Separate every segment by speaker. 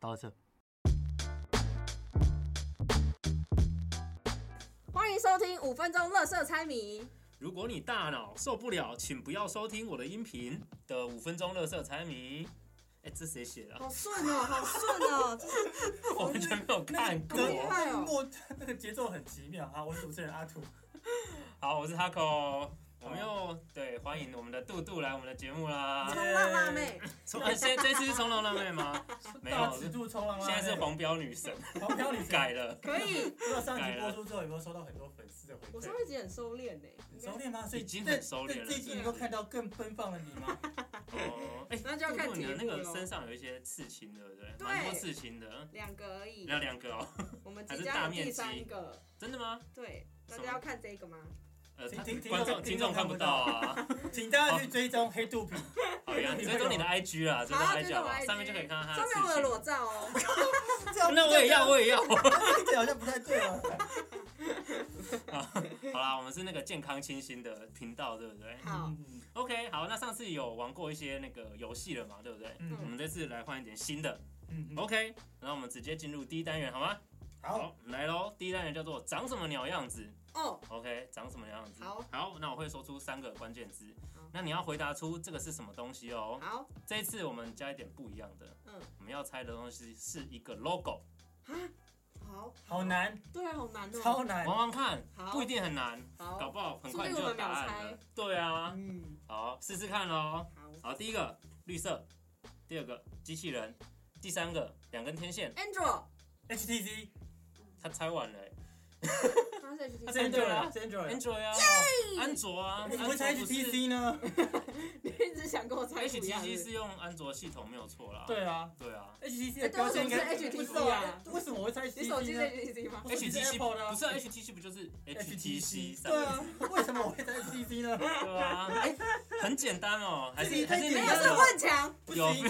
Speaker 1: 到这。
Speaker 2: 欢迎收听五分钟乐色猜谜。
Speaker 1: 如果你大脑受不了，请不要收听我的音频的五分钟乐色猜谜。哎，这谁写的啊？
Speaker 2: 好顺哦，好顺哦，这是
Speaker 1: 我完全没有看 过。
Speaker 2: 厉害哦
Speaker 3: 我那个节奏很奇妙啊！我是主持人阿土，
Speaker 1: 好，我是 Taco，我们又对欢迎我们的杜杜来我们的节目啦。
Speaker 2: 冲浪辣妹。
Speaker 1: 从哎，现在这次是冲浪浪妹吗？ 没
Speaker 3: 大
Speaker 1: 有，
Speaker 3: 尺度冲浪啊！
Speaker 1: 现在是黄标女神，
Speaker 3: 黄标你
Speaker 1: 改 了。
Speaker 2: 可以，
Speaker 3: 不知道上集播出之后有没有收到很多粉丝的回
Speaker 2: 我上
Speaker 3: 馈？
Speaker 2: 一集很收敛呢、
Speaker 3: 很收敛吗？所以
Speaker 1: 已经
Speaker 3: 这
Speaker 1: 很收敛
Speaker 3: 这
Speaker 1: 了
Speaker 3: 这一集能够看到更奔放的你 吗？
Speaker 1: 哦，哎，
Speaker 2: 那就要看
Speaker 1: 杜杜你的
Speaker 2: 题
Speaker 1: 那
Speaker 2: 目
Speaker 1: 个
Speaker 2: 咯
Speaker 1: 身上有一些刺青，对不对？
Speaker 2: 对
Speaker 1: 蛮多刺青的，
Speaker 2: 两个而已
Speaker 1: 你。要两个哦。
Speaker 2: 我们即将有第三个，
Speaker 1: 真的吗？
Speaker 2: 对，大
Speaker 1: 什么
Speaker 2: 家要看这个吗？
Speaker 1: 呃，
Speaker 3: 听
Speaker 1: 他
Speaker 3: 听听
Speaker 1: 观众
Speaker 3: 众
Speaker 1: 听众看不到啊。
Speaker 3: 请大家去追踪 黑肚皮，
Speaker 1: 好呀，追踪你的 IG 啊，追踪
Speaker 2: 好追
Speaker 1: IG
Speaker 2: 踪
Speaker 1: 好不
Speaker 2: 我
Speaker 1: 好
Speaker 2: IG
Speaker 1: 上面就可以看到他
Speaker 2: 上
Speaker 1: 的
Speaker 2: 面我有
Speaker 1: 刺
Speaker 2: 裸照哦，
Speaker 3: 这
Speaker 1: 青。 那我也要，，我也 要。
Speaker 3: 这好像不太对哦。
Speaker 1: 好啦，我们是那个健康清新的频道，对不对
Speaker 2: 好，
Speaker 3: 嗯
Speaker 1: ？OK，好，那上次有玩过一些那个游戏了嘛，对不对？
Speaker 3: 嗯
Speaker 1: 我们这次来换一点新的
Speaker 3: 嗯嗯，
Speaker 1: ，OK，然后我们直接进入第一单元，好吗？
Speaker 3: 好，，
Speaker 1: 来喽，第一单元叫做“长什么鸟样子
Speaker 2: 哦，”。
Speaker 1: OK，长什么鸟样子？
Speaker 2: 好，
Speaker 1: 那我会说出三个关键字
Speaker 2: 好，
Speaker 1: 那你要回答出这个是什么东西哦。
Speaker 2: 好，
Speaker 1: 这一次我们加一点不一样的，
Speaker 2: 嗯，
Speaker 1: 我们要猜的东西是一个 logo，
Speaker 2: 啊，好，
Speaker 3: 好，难，
Speaker 2: 对啊，好难
Speaker 3: 超
Speaker 2: 哦，
Speaker 3: 难
Speaker 1: 玩，玩看，
Speaker 2: 好
Speaker 1: 不一定很难，搞
Speaker 2: 好，
Speaker 1: 不好很快你就有答案
Speaker 2: 说不定我们秒
Speaker 1: 了。对啊，
Speaker 2: 嗯，
Speaker 1: 好，试试看喽。
Speaker 2: 好
Speaker 1: 好，第一个绿色，第二个机器人，第三个两根天线，
Speaker 2: ，Andrew，
Speaker 3: ，HTC，
Speaker 1: 他猜完了欸、
Speaker 2: 他是 HTC，
Speaker 1: 他
Speaker 3: 是
Speaker 1: 是 Android 啊
Speaker 3: Android，Android，
Speaker 1: Android 啊，安卓啊，
Speaker 3: 你怎么会猜
Speaker 1: 安卓不是
Speaker 3: HTC 呢？
Speaker 2: 你一直想跟我猜不一样
Speaker 1: HTC
Speaker 2: 的
Speaker 1: 是用安卓系统没有错啦。
Speaker 3: 对啊
Speaker 1: 对啊
Speaker 3: ，HTC
Speaker 2: 哎对
Speaker 3: 的标签应该
Speaker 1: 为什么是 HTC 啊
Speaker 3: 不知道啊，为什么我会猜
Speaker 2: 你手
Speaker 3: HTC
Speaker 2: 机是
Speaker 3: 呢
Speaker 2: HTC 吗？
Speaker 3: 我手机是
Speaker 1: HTC
Speaker 3: Apple 的啊
Speaker 1: 不是啊 HTC 不就是 HTC 三
Speaker 3: 对
Speaker 1: 个
Speaker 3: 啊
Speaker 1: 字？，
Speaker 3: 为什么我会猜 HTC 呢？
Speaker 1: 对啊，哎，很简单哦，还是
Speaker 3: 自己
Speaker 1: 还
Speaker 3: 太
Speaker 1: 是你
Speaker 2: 没
Speaker 3: 简
Speaker 2: 有，
Speaker 3: 单
Speaker 2: 是
Speaker 3: 了
Speaker 1: 有
Speaker 2: 问强
Speaker 3: 不
Speaker 1: 有
Speaker 3: 行，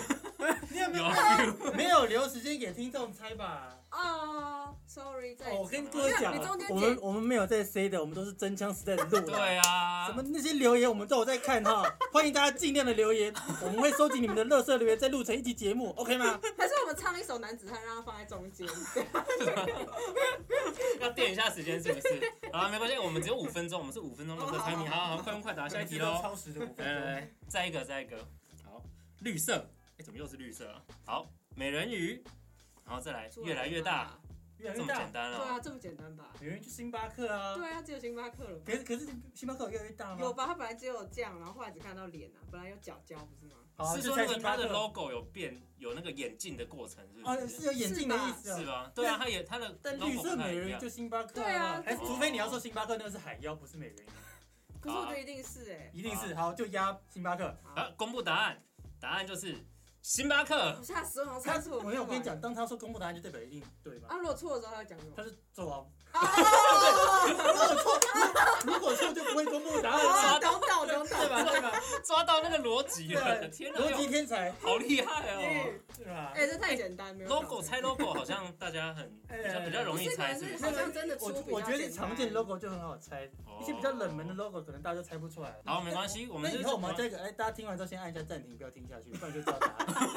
Speaker 3: 你有没有
Speaker 1: 有
Speaker 3: 没有留时间给听众猜吧？
Speaker 2: 哦，Sorry，再
Speaker 3: 哦，我
Speaker 2: 见。
Speaker 3: 跟各位讲
Speaker 2: 你中
Speaker 3: 啊
Speaker 2: 间，剪
Speaker 3: 我们我们没有在 C 的，我们都是真枪实弹的录的。
Speaker 1: 对啊，
Speaker 3: 什么那些留言我们都有在 看哈，欢迎大家尽量的留言，我们会收集你们的乐色留言，再录成一集节目，OK 吗？
Speaker 2: 还是我们唱一首《男子汉》，让它放在中间。
Speaker 1: 要垫一下时间是不是？好了，没关系，我们只有五分钟，我们是五分钟的猜谜，
Speaker 2: 哦
Speaker 1: 好好好，快问快答，下一题喽。
Speaker 3: 超时的五
Speaker 1: 来来来，再一个，再一个，好，绿色，哎，怎么又是绿色啊？好，美人鱼，然后再来，越来越大，，
Speaker 3: 越来
Speaker 1: 这
Speaker 3: 越
Speaker 1: 么简
Speaker 3: 大，
Speaker 1: 单
Speaker 2: 对
Speaker 1: 哦。
Speaker 2: 啊，这么简单吧？
Speaker 3: 有人去星巴克啊，
Speaker 2: 对啊，只有星巴克了吧。
Speaker 3: 可是可是星巴克有越来越
Speaker 1: 啊
Speaker 3: 大吗？
Speaker 2: 有吧？它本来只有酱，然后后来只看到脸啊，本来有脚胶不是吗？
Speaker 3: 好啊，
Speaker 1: 是
Speaker 3: 就
Speaker 1: 说
Speaker 3: 猜
Speaker 1: 那个
Speaker 3: 星
Speaker 1: 它
Speaker 3: 巴克
Speaker 1: 的 logo 有变，有那个眼镜的过程，是
Speaker 3: 哦，
Speaker 1: 不
Speaker 3: 是
Speaker 1: 是？
Speaker 3: 有眼镜的意思
Speaker 1: 是
Speaker 3: 啊。
Speaker 1: 吧？对啊，它也它的
Speaker 3: 但
Speaker 1: logo
Speaker 3: 绿色
Speaker 1: 不太
Speaker 3: 美
Speaker 1: 一
Speaker 3: 人鱼
Speaker 1: 样
Speaker 3: 就星巴克，
Speaker 2: 对啊
Speaker 3: 还是除非你要说
Speaker 1: 哦
Speaker 3: 星巴克那个是海妖，不是美人鱼。
Speaker 2: 可是我
Speaker 1: 啊
Speaker 2: 觉得一定是哎、
Speaker 3: 一定是好，就压星巴克。
Speaker 1: 好，公布答案，答案就是星巴克
Speaker 2: 我。吓死我，好像猜
Speaker 3: 他
Speaker 2: 错。
Speaker 3: 没有，我跟你，讲，当他说公布答案，就代表一定对嘛。
Speaker 2: 啊，如果错的时候他会讲什么
Speaker 3: 他？是走啊，
Speaker 2: 啊，
Speaker 3: 如果错，如果错就不会公布答 案了，
Speaker 2: 啊懂懂懂
Speaker 3: 对
Speaker 2: 懂。
Speaker 3: 吧？对吧？
Speaker 1: 抓到那个逻辑了，
Speaker 3: 对
Speaker 1: 天哪，
Speaker 3: 逻辑天才，
Speaker 1: 好厉害哦！
Speaker 2: 嗯
Speaker 3: 对吧
Speaker 2: 哎、？这太简单，没有哦挑战。
Speaker 1: logo 猜 logo 好像大家很比较比较容易猜，是不
Speaker 2: 不
Speaker 1: 是
Speaker 2: 是？哎好像真的出
Speaker 3: 我
Speaker 2: 比较
Speaker 3: 我觉得
Speaker 2: 简单
Speaker 3: 常见 logo 就很好猜，
Speaker 1: 哦
Speaker 3: 一些比较冷门的。logo 可能大家都猜不出来。
Speaker 1: 好，没关系，我们
Speaker 3: 那
Speaker 1: 这
Speaker 3: 以后我们这个，哎，大家听完之后先按一下暂停，不要听下去，不然就知道 答案。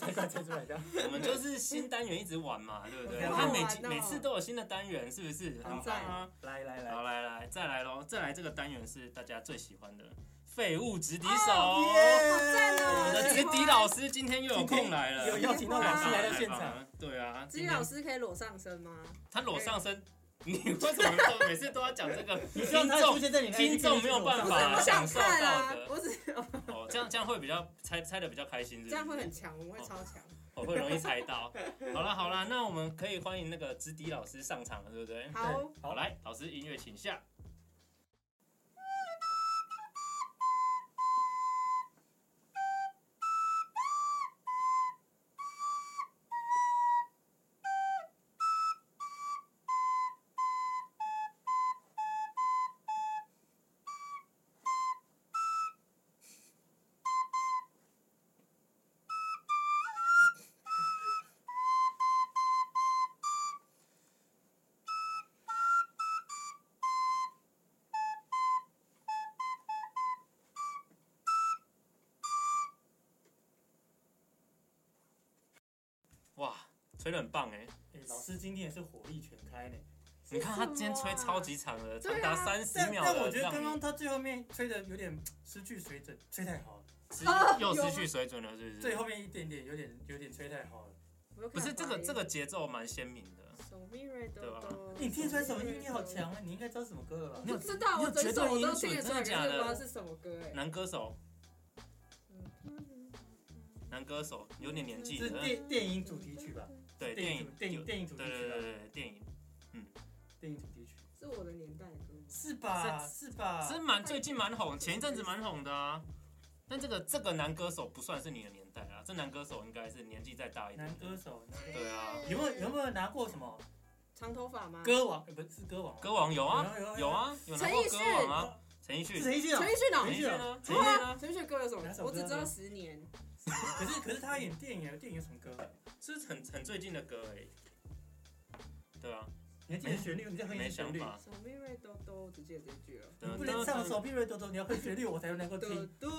Speaker 3: 大家猜出来的，
Speaker 1: 我们就是新单元一直玩 嘛，对不对？
Speaker 3: 好
Speaker 1: 它
Speaker 3: 好
Speaker 1: 每
Speaker 2: 玩
Speaker 1: 集
Speaker 2: 哦
Speaker 1: 每次都有新的单元，是不是？
Speaker 3: 好
Speaker 1: 很棒啊！
Speaker 3: 来来
Speaker 1: 好，
Speaker 3: 来，
Speaker 1: 来来，再来喽！再来这个单元是大家最喜欢的废物直笛手。
Speaker 3: 耶
Speaker 2: 好赞哦
Speaker 1: 我们的直笛老师今天又有空来了，
Speaker 3: 有邀请到老师来到现
Speaker 1: 太棒
Speaker 3: 场，
Speaker 1: 了。对啊，
Speaker 2: 子怡老师可以裸上身 吗？
Speaker 1: 他裸上身，你为什么都每次都要讲这个？
Speaker 3: 你希望他出现在你的
Speaker 1: 听众没有办
Speaker 2: 不
Speaker 1: 法
Speaker 2: 是，我想
Speaker 1: 享受到
Speaker 2: 看啊
Speaker 1: 的，
Speaker 2: 我只
Speaker 1: 哦，这样这样会比较猜猜的比较开心，是不
Speaker 2: 这
Speaker 1: 是
Speaker 2: 样会很强，我会
Speaker 1: 哦
Speaker 2: 超强。
Speaker 1: 我会容易猜到。好啦好啦，那我们可以欢迎那个直笛老师上场了，对不对？
Speaker 2: 好，
Speaker 3: 对
Speaker 1: 好，来，老师音乐请下。
Speaker 3: 好
Speaker 1: 吹的很棒哎、
Speaker 3: 哎老师今天也是火力全开呢。
Speaker 1: 你看他今天吹超级长的，
Speaker 2: 对
Speaker 1: 长
Speaker 2: 啊
Speaker 1: 达三十
Speaker 3: 但
Speaker 1: 秒
Speaker 3: 但
Speaker 1: 的，
Speaker 3: 我觉得
Speaker 1: 让
Speaker 3: 刚刚
Speaker 1: 你
Speaker 3: 他最后面吹的有点失去水准，吹太好了，
Speaker 1: 失
Speaker 2: 啊
Speaker 1: 又
Speaker 2: 有
Speaker 1: 失
Speaker 2: 吗
Speaker 1: 去水准了，是不
Speaker 3: 最
Speaker 1: 是？
Speaker 3: 后面一点点有点有点吹太好了。
Speaker 2: 我又
Speaker 1: 不
Speaker 2: 看
Speaker 1: 是这个
Speaker 2: 花
Speaker 1: 这个节奏蛮鲜明的，
Speaker 2: 手咪瑞
Speaker 1: 对吧
Speaker 2: 哆哆，
Speaker 3: 你听出来什么？你你好强啊！你应该知道什么歌了吧？
Speaker 1: 你有
Speaker 2: 不知道，
Speaker 1: 你
Speaker 2: 我
Speaker 1: 有绝
Speaker 2: 整首
Speaker 1: 对
Speaker 2: 我都
Speaker 1: 音准
Speaker 2: 听得出来，可
Speaker 1: 真的
Speaker 2: 是
Speaker 1: 假
Speaker 2: 我
Speaker 1: 的
Speaker 2: 不知道是什么歌哎。
Speaker 1: 男歌手
Speaker 2: 嗯
Speaker 1: 男歌手有点年纪
Speaker 3: 是
Speaker 1: 的，
Speaker 3: 电电影主题曲吧？
Speaker 1: 对
Speaker 3: 电
Speaker 1: 电
Speaker 3: 影
Speaker 1: 影
Speaker 3: 主电
Speaker 1: 对
Speaker 3: 影电影主题
Speaker 1: 对
Speaker 3: 曲
Speaker 1: 对对
Speaker 3: 吧？
Speaker 1: 对电影
Speaker 3: 电影主题曲
Speaker 2: 是我的年代的歌吗？
Speaker 3: 是吧？是吧？
Speaker 1: 是蛮最近蛮红，前一阵子蛮红的啊。但这个这个男歌手不算是你的年代啊，这男歌手应该是年纪再大一点
Speaker 3: 男
Speaker 1: 的。
Speaker 3: 歌手，男歌手
Speaker 1: 对啊，
Speaker 3: 有没有有没有拿过什么
Speaker 2: 长头发吗？
Speaker 3: 歌王？呃不是歌王
Speaker 1: 嗯
Speaker 3: 吗，
Speaker 1: 歌王有啊
Speaker 3: 有啊有啊
Speaker 1: 有啊有拿
Speaker 2: 陈
Speaker 1: 过
Speaker 2: 奕
Speaker 1: 歌
Speaker 2: 迅
Speaker 1: 王啊，陈奕迅
Speaker 3: 是陈奕迅啊
Speaker 2: 陈。奕迅
Speaker 3: 陈
Speaker 2: 哦
Speaker 3: 奕，迅
Speaker 1: 啊
Speaker 3: 啊
Speaker 1: 陈奕迅啊，
Speaker 2: 陈奕迅的歌有什
Speaker 3: 哪
Speaker 2: 么？
Speaker 3: 首歌
Speaker 2: 我只知道十年，
Speaker 3: 可是可是他演电影啊，电影有什么歌？
Speaker 1: 是很很最近的歌哎、对啊，
Speaker 3: 你还记得旋律？你在哼一
Speaker 1: 没
Speaker 3: 些
Speaker 1: 想
Speaker 3: 旋律。
Speaker 1: 法。啊
Speaker 2: 手咪瑞哆哆，只记得这句了。
Speaker 3: 你不能唱手臂瑞哆哆，你要哼旋律我才能够
Speaker 2: 嘟
Speaker 3: 听。
Speaker 2: 嘟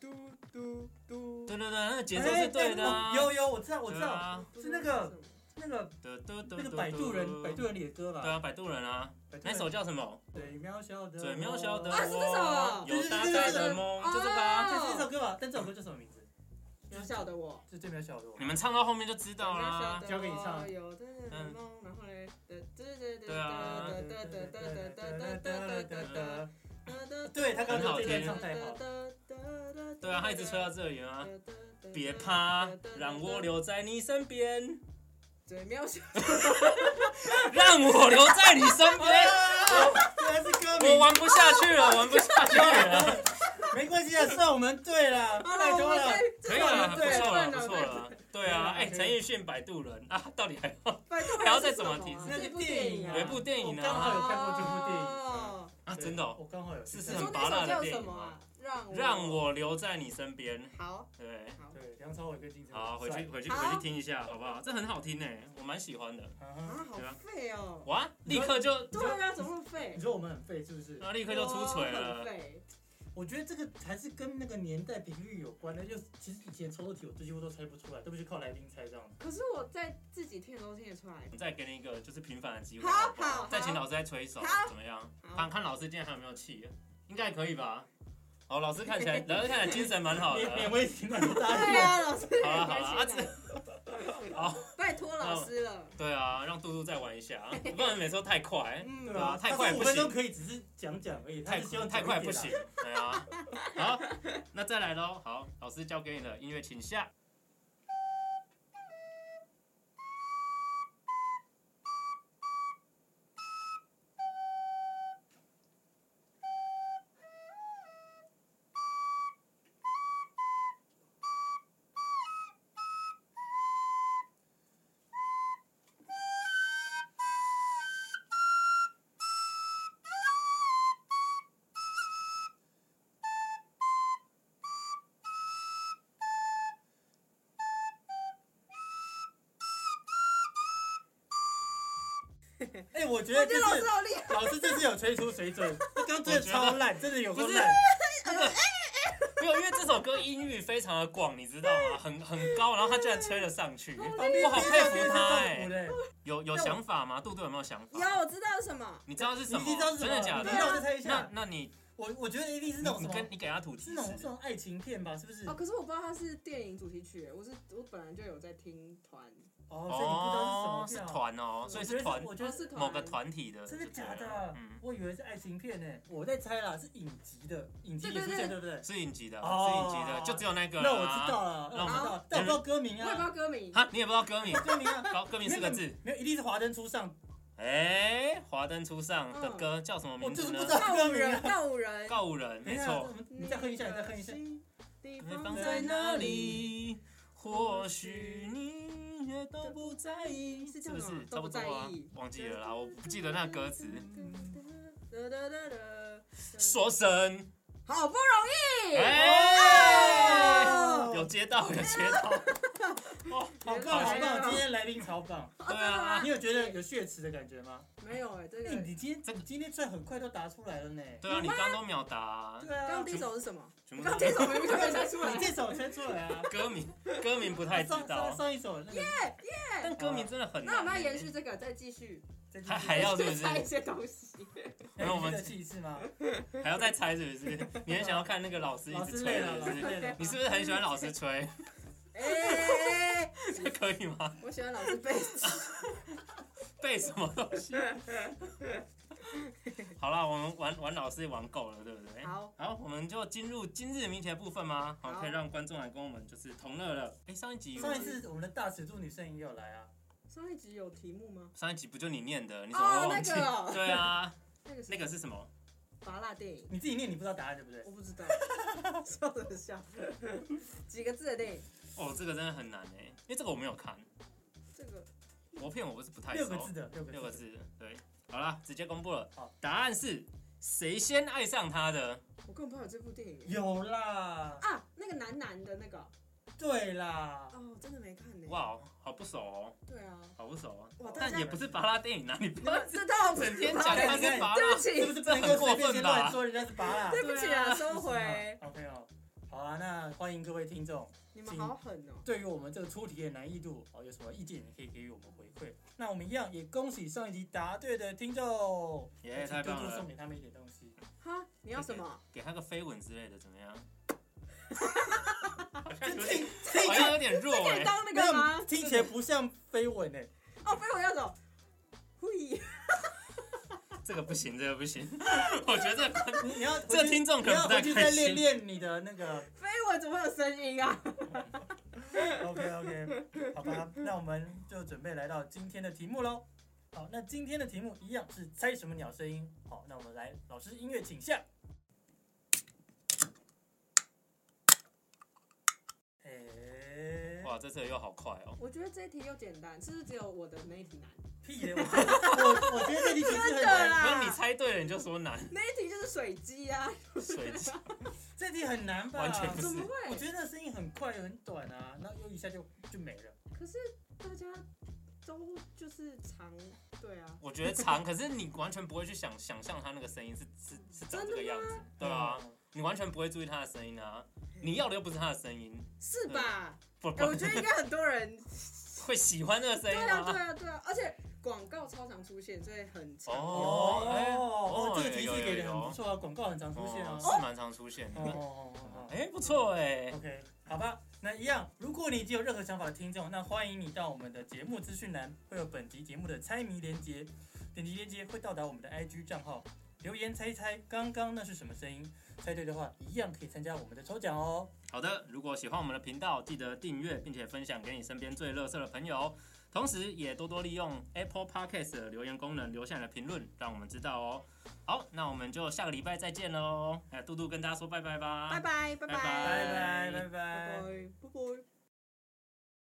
Speaker 2: 嘟嘟嘟，
Speaker 1: 对对对，那个节奏是对的、啊
Speaker 3: 哎哎我有有，我知道我知
Speaker 1: 对
Speaker 3: 道，
Speaker 1: 啊，
Speaker 3: 是那个那个
Speaker 1: 对啊对对，
Speaker 3: 那个摆渡人摆渡人里的歌
Speaker 1: 对
Speaker 3: 吧？
Speaker 1: 啊，摆渡人啊，
Speaker 3: 摆渡
Speaker 1: 那
Speaker 3: 人
Speaker 1: 首叫什么？
Speaker 3: 对渺小的
Speaker 1: 嘴渺小的
Speaker 2: 啊是这首啊
Speaker 1: 我，有大大的梦，
Speaker 2: 对
Speaker 1: 就
Speaker 2: 对对对
Speaker 1: 这个啊。
Speaker 3: 但是这首歌吧，但这首歌叫什么名字？
Speaker 2: 渺小的我。
Speaker 3: 就最渺小的我
Speaker 1: 你。们唱到后面就知道啦。
Speaker 3: 交给你唱
Speaker 2: 有的人的梦，然后嘞，
Speaker 1: 对啊
Speaker 3: 对他刚
Speaker 1: 刚就
Speaker 3: 这段唱太好
Speaker 2: 好
Speaker 1: 对啊，他一直吹到这里啊。别怕，让我留在你身 边，
Speaker 2: 嘴喵小，
Speaker 1: 让我留在你身边。
Speaker 3: 原来是歌
Speaker 1: 我
Speaker 3: 名，
Speaker 1: 玩不下去了，玩不下去了。
Speaker 3: 没关系啊，算我们对了，
Speaker 2: 好了，
Speaker 3: 拜
Speaker 2: 我
Speaker 3: 托
Speaker 2: 们
Speaker 3: 了。
Speaker 1: 可以了，
Speaker 2: 了，
Speaker 1: 啊不错了，
Speaker 2: 了，
Speaker 1: 不错，了。对啊，哎，陈奕迅《摆渡人》啊，到底还要
Speaker 2: 拜托，
Speaker 3: 那
Speaker 2: 这
Speaker 3: 个
Speaker 2: 部
Speaker 3: 电影啊，
Speaker 1: 有一部电影啊
Speaker 3: 我刚好有看过这部电影
Speaker 2: 哦，
Speaker 1: 啊？真的哦，
Speaker 3: 我刚好有去看。
Speaker 1: 是
Speaker 2: 你
Speaker 1: 很
Speaker 2: 说
Speaker 1: 拔
Speaker 2: 那
Speaker 1: 辣
Speaker 2: 首
Speaker 1: 的
Speaker 2: 叫
Speaker 1: 电
Speaker 2: 什
Speaker 1: 影
Speaker 2: 么
Speaker 1: 啊
Speaker 2: 啊？让
Speaker 1: 让我留在你身边。
Speaker 2: 好
Speaker 1: 对，
Speaker 2: 好
Speaker 3: 对，梁朝伟跟金城武。
Speaker 1: 好，回去回去
Speaker 2: 好
Speaker 1: 回去听一下，好不好？这很好听哎，我蛮喜欢的。
Speaker 3: 啊哈
Speaker 2: 啊，好废哦。
Speaker 1: 哇，立刻就
Speaker 2: 对啊，怎么废
Speaker 3: 你？说我们很废是不是？
Speaker 1: 啊，立刻就出锤了。
Speaker 3: 我觉得这个还是跟那个年代频率有关的，就其实以前抽的题我几乎都猜不出来，都必须靠来宾猜这样。
Speaker 2: 可是我在自己听的时候听得出来
Speaker 1: 我。们再给你一个就是平凡的机会，
Speaker 2: 好
Speaker 1: 不好
Speaker 2: 好
Speaker 1: 再请老师再吹一首，
Speaker 2: 好
Speaker 1: 怎么样？
Speaker 2: 好
Speaker 1: 看看老师今天还有没有气，应该可以吧？好，老师看起 来，老师看起来精神蛮好
Speaker 3: 免免
Speaker 1: 的。
Speaker 3: 为情感的大
Speaker 2: 对
Speaker 3: 业。
Speaker 2: 啊，老师
Speaker 1: 好了
Speaker 2: 很
Speaker 1: 好了，啊
Speaker 2: 开心
Speaker 1: 这
Speaker 2: 啊。拜托老师了。
Speaker 1: 对啊，让嘟嘟再玩一 下，不然每次都太快，
Speaker 2: 嗯，
Speaker 3: 对
Speaker 1: 对啊
Speaker 3: 啊，
Speaker 1: 太快也
Speaker 3: 五
Speaker 1: 不
Speaker 3: 分
Speaker 1: 行
Speaker 3: 钟可以只是讲讲而已，他
Speaker 1: 太
Speaker 3: 是希望
Speaker 1: 太快不
Speaker 3: 久一
Speaker 1: 行
Speaker 3: 点啊。。
Speaker 1: 对啊，好，那再来喽。好，老师交给你的音乐，请下。
Speaker 3: 哎，我觉
Speaker 2: 我觉
Speaker 3: 得
Speaker 2: 得
Speaker 3: 这
Speaker 2: 老
Speaker 3: 是
Speaker 2: 师好厉害。
Speaker 3: 老师这次有吹出水准，刚真的超烂，真的有够
Speaker 1: 不是
Speaker 3: 烂。
Speaker 1: 没有，因为这首歌音域非常的广，你知道吗？很很高，然后他居然吹得上去，我好佩服他哎、
Speaker 3: 哦
Speaker 1: 有有想法吗？杜杜有没有想法？
Speaker 2: 有，我知道什么？
Speaker 1: 你知道是欸什
Speaker 3: 欸你一定知道是什
Speaker 1: 真
Speaker 3: 么
Speaker 1: 的假
Speaker 3: 你
Speaker 1: 的
Speaker 3: 一定？让我再猜一
Speaker 1: 那
Speaker 3: 下，
Speaker 1: 那你
Speaker 3: 我我觉得一定是
Speaker 1: 你
Speaker 3: 那种什
Speaker 1: 你
Speaker 3: 么
Speaker 1: 跟，你给他吐
Speaker 3: 是
Speaker 1: 提
Speaker 3: 那种这
Speaker 1: 示，
Speaker 3: 种爱情片吧？是不是？
Speaker 2: 哦，可是我不知道它是电影主题曲，我是我本来就有在听团，
Speaker 3: 哦，所以你不知道是
Speaker 1: 是
Speaker 3: 什么啊票？
Speaker 1: 团哦，所以
Speaker 3: 我觉得
Speaker 1: 是团
Speaker 3: 我觉得
Speaker 2: 哦是团
Speaker 1: 某个团体的，
Speaker 3: 真的
Speaker 1: 就对
Speaker 3: 假
Speaker 1: 了
Speaker 3: 的
Speaker 1: 嗯，
Speaker 3: 我以为是爱情片呢，我在猜啦，是影集的，影集也出现对不对？
Speaker 1: 是影集的，
Speaker 3: 哦
Speaker 1: 是影集的，就只有那个啦。
Speaker 3: 那我知道了，那我知
Speaker 2: 那
Speaker 3: 道，但我不知道歌名
Speaker 2: 我也不知
Speaker 3: 啊，
Speaker 2: 道歌名。
Speaker 1: 哈，你也不知道歌名，
Speaker 3: 歌 名啊，
Speaker 1: 高歌名四个字。
Speaker 3: 没有，一定是华灯初上，
Speaker 1: 哎，华灯初上的歌叫什么
Speaker 3: 我
Speaker 1: 名
Speaker 3: 就
Speaker 1: 字
Speaker 3: 是不
Speaker 1: 呢
Speaker 3: 知？道
Speaker 2: 告
Speaker 3: 歌
Speaker 2: 五
Speaker 3: 名
Speaker 2: 人，
Speaker 3: 啊。
Speaker 2: 告五人。
Speaker 1: 告五人，没错。。
Speaker 3: 你再哼一下，你再哼一下。。
Speaker 2: 地
Speaker 1: 会
Speaker 2: 方
Speaker 1: 放
Speaker 2: 在
Speaker 1: 在
Speaker 2: 哪
Speaker 1: 哪
Speaker 2: 里？
Speaker 1: 里？或许你也都不在意，
Speaker 2: 是
Speaker 1: 是
Speaker 2: 这样
Speaker 1: 不
Speaker 2: 吗
Speaker 1: 是？差
Speaker 2: 都
Speaker 1: 不多
Speaker 2: 不在
Speaker 1: 啊
Speaker 2: 意，
Speaker 1: 忘记了啦，我不记得那个歌词。说声，
Speaker 2: 好不容易，
Speaker 1: 哎，
Speaker 3: 哦
Speaker 1: 有接到，有接到，哦，
Speaker 3: 好
Speaker 2: 原来
Speaker 3: 棒，好
Speaker 2: 啊
Speaker 3: 棒！今天来宾超棒，
Speaker 1: 对啊，
Speaker 3: 你有觉得有血池的感觉吗？
Speaker 2: 没有哎、这
Speaker 3: 哎，
Speaker 2: 个
Speaker 3: 你今
Speaker 1: 这
Speaker 3: 天你今天算很快都答出来了呢。
Speaker 1: 对啊，你刚刚都秒答啊，
Speaker 3: 对
Speaker 2: 刚
Speaker 3: 啊
Speaker 2: 刚，第一首是什么？
Speaker 1: 全
Speaker 2: 你
Speaker 1: 部
Speaker 2: 刚
Speaker 1: 都
Speaker 2: 刚第一首没看没猜出来
Speaker 3: 你。这首 先出来啊。
Speaker 1: 歌名歌名不太知
Speaker 3: 上上
Speaker 1: 道，
Speaker 3: 上一首那个，
Speaker 1: 但歌名真的很难。
Speaker 2: 那我们要延续这个，再继续
Speaker 3: 再继续
Speaker 1: 还还要是
Speaker 2: 再
Speaker 1: 不是？
Speaker 2: 猜一些东西。
Speaker 1: 然后我们
Speaker 3: 哎你记得去一次吗？
Speaker 1: 欸还要再猜是不是？你很想要看那个老师一
Speaker 3: 老
Speaker 1: 直
Speaker 3: 师
Speaker 1: 吹
Speaker 3: 累
Speaker 1: 是
Speaker 3: 了，
Speaker 1: 不
Speaker 3: 老师
Speaker 1: 是？
Speaker 3: 累了。
Speaker 1: 你是不是很喜欢老师吹？
Speaker 2: 哎、哎哎
Speaker 1: 这可以吗？
Speaker 2: 我喜欢老师背景。
Speaker 1: 背什么东西？好啦，我们玩玩老师也玩够了，对不对？
Speaker 2: 好，
Speaker 1: 好，我们就进入今日谜题的部分吗？好，
Speaker 2: 好
Speaker 1: 可以让观众来跟我们就是同乐了。哎、上一集
Speaker 3: 上一次我们的大尺度女生也有来啊，
Speaker 2: 上一集有题目吗？
Speaker 1: 上一集不就你念的，你怎么会忘记？
Speaker 2: 哦那个哦
Speaker 1: 对啊，
Speaker 2: 那个
Speaker 1: 那个是什么？
Speaker 2: 麻辣电影，
Speaker 3: 你自己念你不知道答案对不对？
Speaker 2: 我 不知道，笑什么笑？几个字的电影？
Speaker 1: 哦，这个真的很难哎、因为这个我没有看，
Speaker 2: 这个
Speaker 1: 国片我是不太熟。
Speaker 3: 六个字的，六个字
Speaker 1: 六个字，对，好啦，直接公布了
Speaker 3: 好。
Speaker 1: 答案是谁先爱上他的？
Speaker 2: 我根本不知道有这部电影。
Speaker 3: 有啦，
Speaker 2: 啊，那个男男的那个
Speaker 3: 对啦，
Speaker 2: 哦，真的没看呢。
Speaker 1: 哇哦，好不熟哦，
Speaker 2: 对啊，
Speaker 1: 好不熟哦。
Speaker 2: 哇，大
Speaker 1: 但
Speaker 2: 家
Speaker 1: 也不是巴拉电影啊，你不
Speaker 2: 你
Speaker 1: 要
Speaker 2: 们知道
Speaker 1: 整天讲他
Speaker 3: 它
Speaker 1: 是巴
Speaker 2: 对
Speaker 1: 拉
Speaker 2: 不。
Speaker 3: 是不
Speaker 2: 起，
Speaker 3: 是不能够随便先乱说人家是拔啦？
Speaker 2: 对不起啊，收回。
Speaker 3: 好朋友，好啊，那欢迎各位听众，
Speaker 2: 你们好狠哦！
Speaker 3: 对于我们这个出题的难易度哦，有什么意见也可以给予我们回馈。那我们一样也恭喜上一集答对的听众，
Speaker 1: 耶，太棒
Speaker 3: 多多
Speaker 1: 了
Speaker 3: 送！给他们一点东西。
Speaker 2: 哈，你要什么？
Speaker 1: 给他个飞吻之类的，怎么 样？好像有点，
Speaker 3: 这
Speaker 1: 好像有点弱
Speaker 2: 可
Speaker 1: 哎
Speaker 2: 以、当那个吗？
Speaker 3: 听起来不像欸飞吻诶，
Speaker 2: 哦，飞我要走。嘿，
Speaker 1: 这个不行，这个不行。 我觉得这 个
Speaker 3: 你你要
Speaker 1: 这听众可
Speaker 3: 你
Speaker 1: 能
Speaker 3: 要
Speaker 1: 不太
Speaker 3: 回去再
Speaker 1: 开
Speaker 3: 练
Speaker 1: 心。
Speaker 3: 练你的那个
Speaker 2: 飞我怎么会有声音啊？
Speaker 3: OK OK，好吧，那我们就准备来到今天的题目喽。好，那今天的题目一样是猜什么鸟声音。好，那我们来，老师音乐请下。哎、
Speaker 1: 哇，这次又好快哦！
Speaker 2: 我觉得这一题又简单，是不是只有我的那一题难？
Speaker 3: 屁耶、我 觉得我我觉得这题其实很
Speaker 2: 真的啊
Speaker 3: 难，
Speaker 2: 啦，
Speaker 1: 那你猜对了，你就说难。
Speaker 2: 那一题就是水鸡啊，
Speaker 1: 水 晶
Speaker 3: 这题很难吧？
Speaker 1: 完全不
Speaker 2: 怎
Speaker 1: 是
Speaker 2: 么
Speaker 3: 我
Speaker 2: 会？
Speaker 3: 觉得声音很快很短啊，然后又一下就就没了。
Speaker 2: 可是大家都就是常对啊，
Speaker 1: 我觉得长，可是你完全不会去想想象他那个声音是是是长这个样子，对啊，你完全不会注意他的声音啊。你要的又不是他的声音，
Speaker 2: 是吧？
Speaker 1: 不
Speaker 2: 哎
Speaker 1: 不
Speaker 2: 我觉得应该很多人
Speaker 1: 会喜欢这个声
Speaker 2: 对
Speaker 1: 音
Speaker 2: 啊对
Speaker 1: 吗？
Speaker 2: 啊对啊，而且广告超常出现，所以很常
Speaker 3: 哦
Speaker 2: 有。
Speaker 1: 哦哎
Speaker 3: 哦
Speaker 1: 哦，
Speaker 3: 这个提
Speaker 1: 有
Speaker 3: 示
Speaker 1: 有
Speaker 3: 给的
Speaker 1: 有
Speaker 3: 很不错啊，广告很常出现啊
Speaker 1: 哦。是蛮常出现
Speaker 3: 哦哦
Speaker 1: 的。
Speaker 3: 哦哦哦。
Speaker 1: 哎，不错哎，
Speaker 3: OK，好吧，那一样，如果你已经有任何想法的听众，那欢迎你到我们的节目资讯栏，会有本集节目的猜谜连接，点击连接会到达我们的 IG 账号，留言猜一猜刚刚那是什么声音，猜对的话一样可以参加我们的抽奖哦。
Speaker 1: 好的，如果喜欢我们的频道，记得订阅并且分享给你身边最乐色的朋友，同时也多多利用 Apple Podcast 的留言功能留下你的评论，让我们知道哦。好，那我们就下个礼拜再见喽。哎，杜杜跟大家说拜拜吧，
Speaker 2: 拜拜拜
Speaker 1: 拜
Speaker 2: 拜
Speaker 3: 拜拜拜
Speaker 2: 拜
Speaker 3: 拜。
Speaker 2: 拜。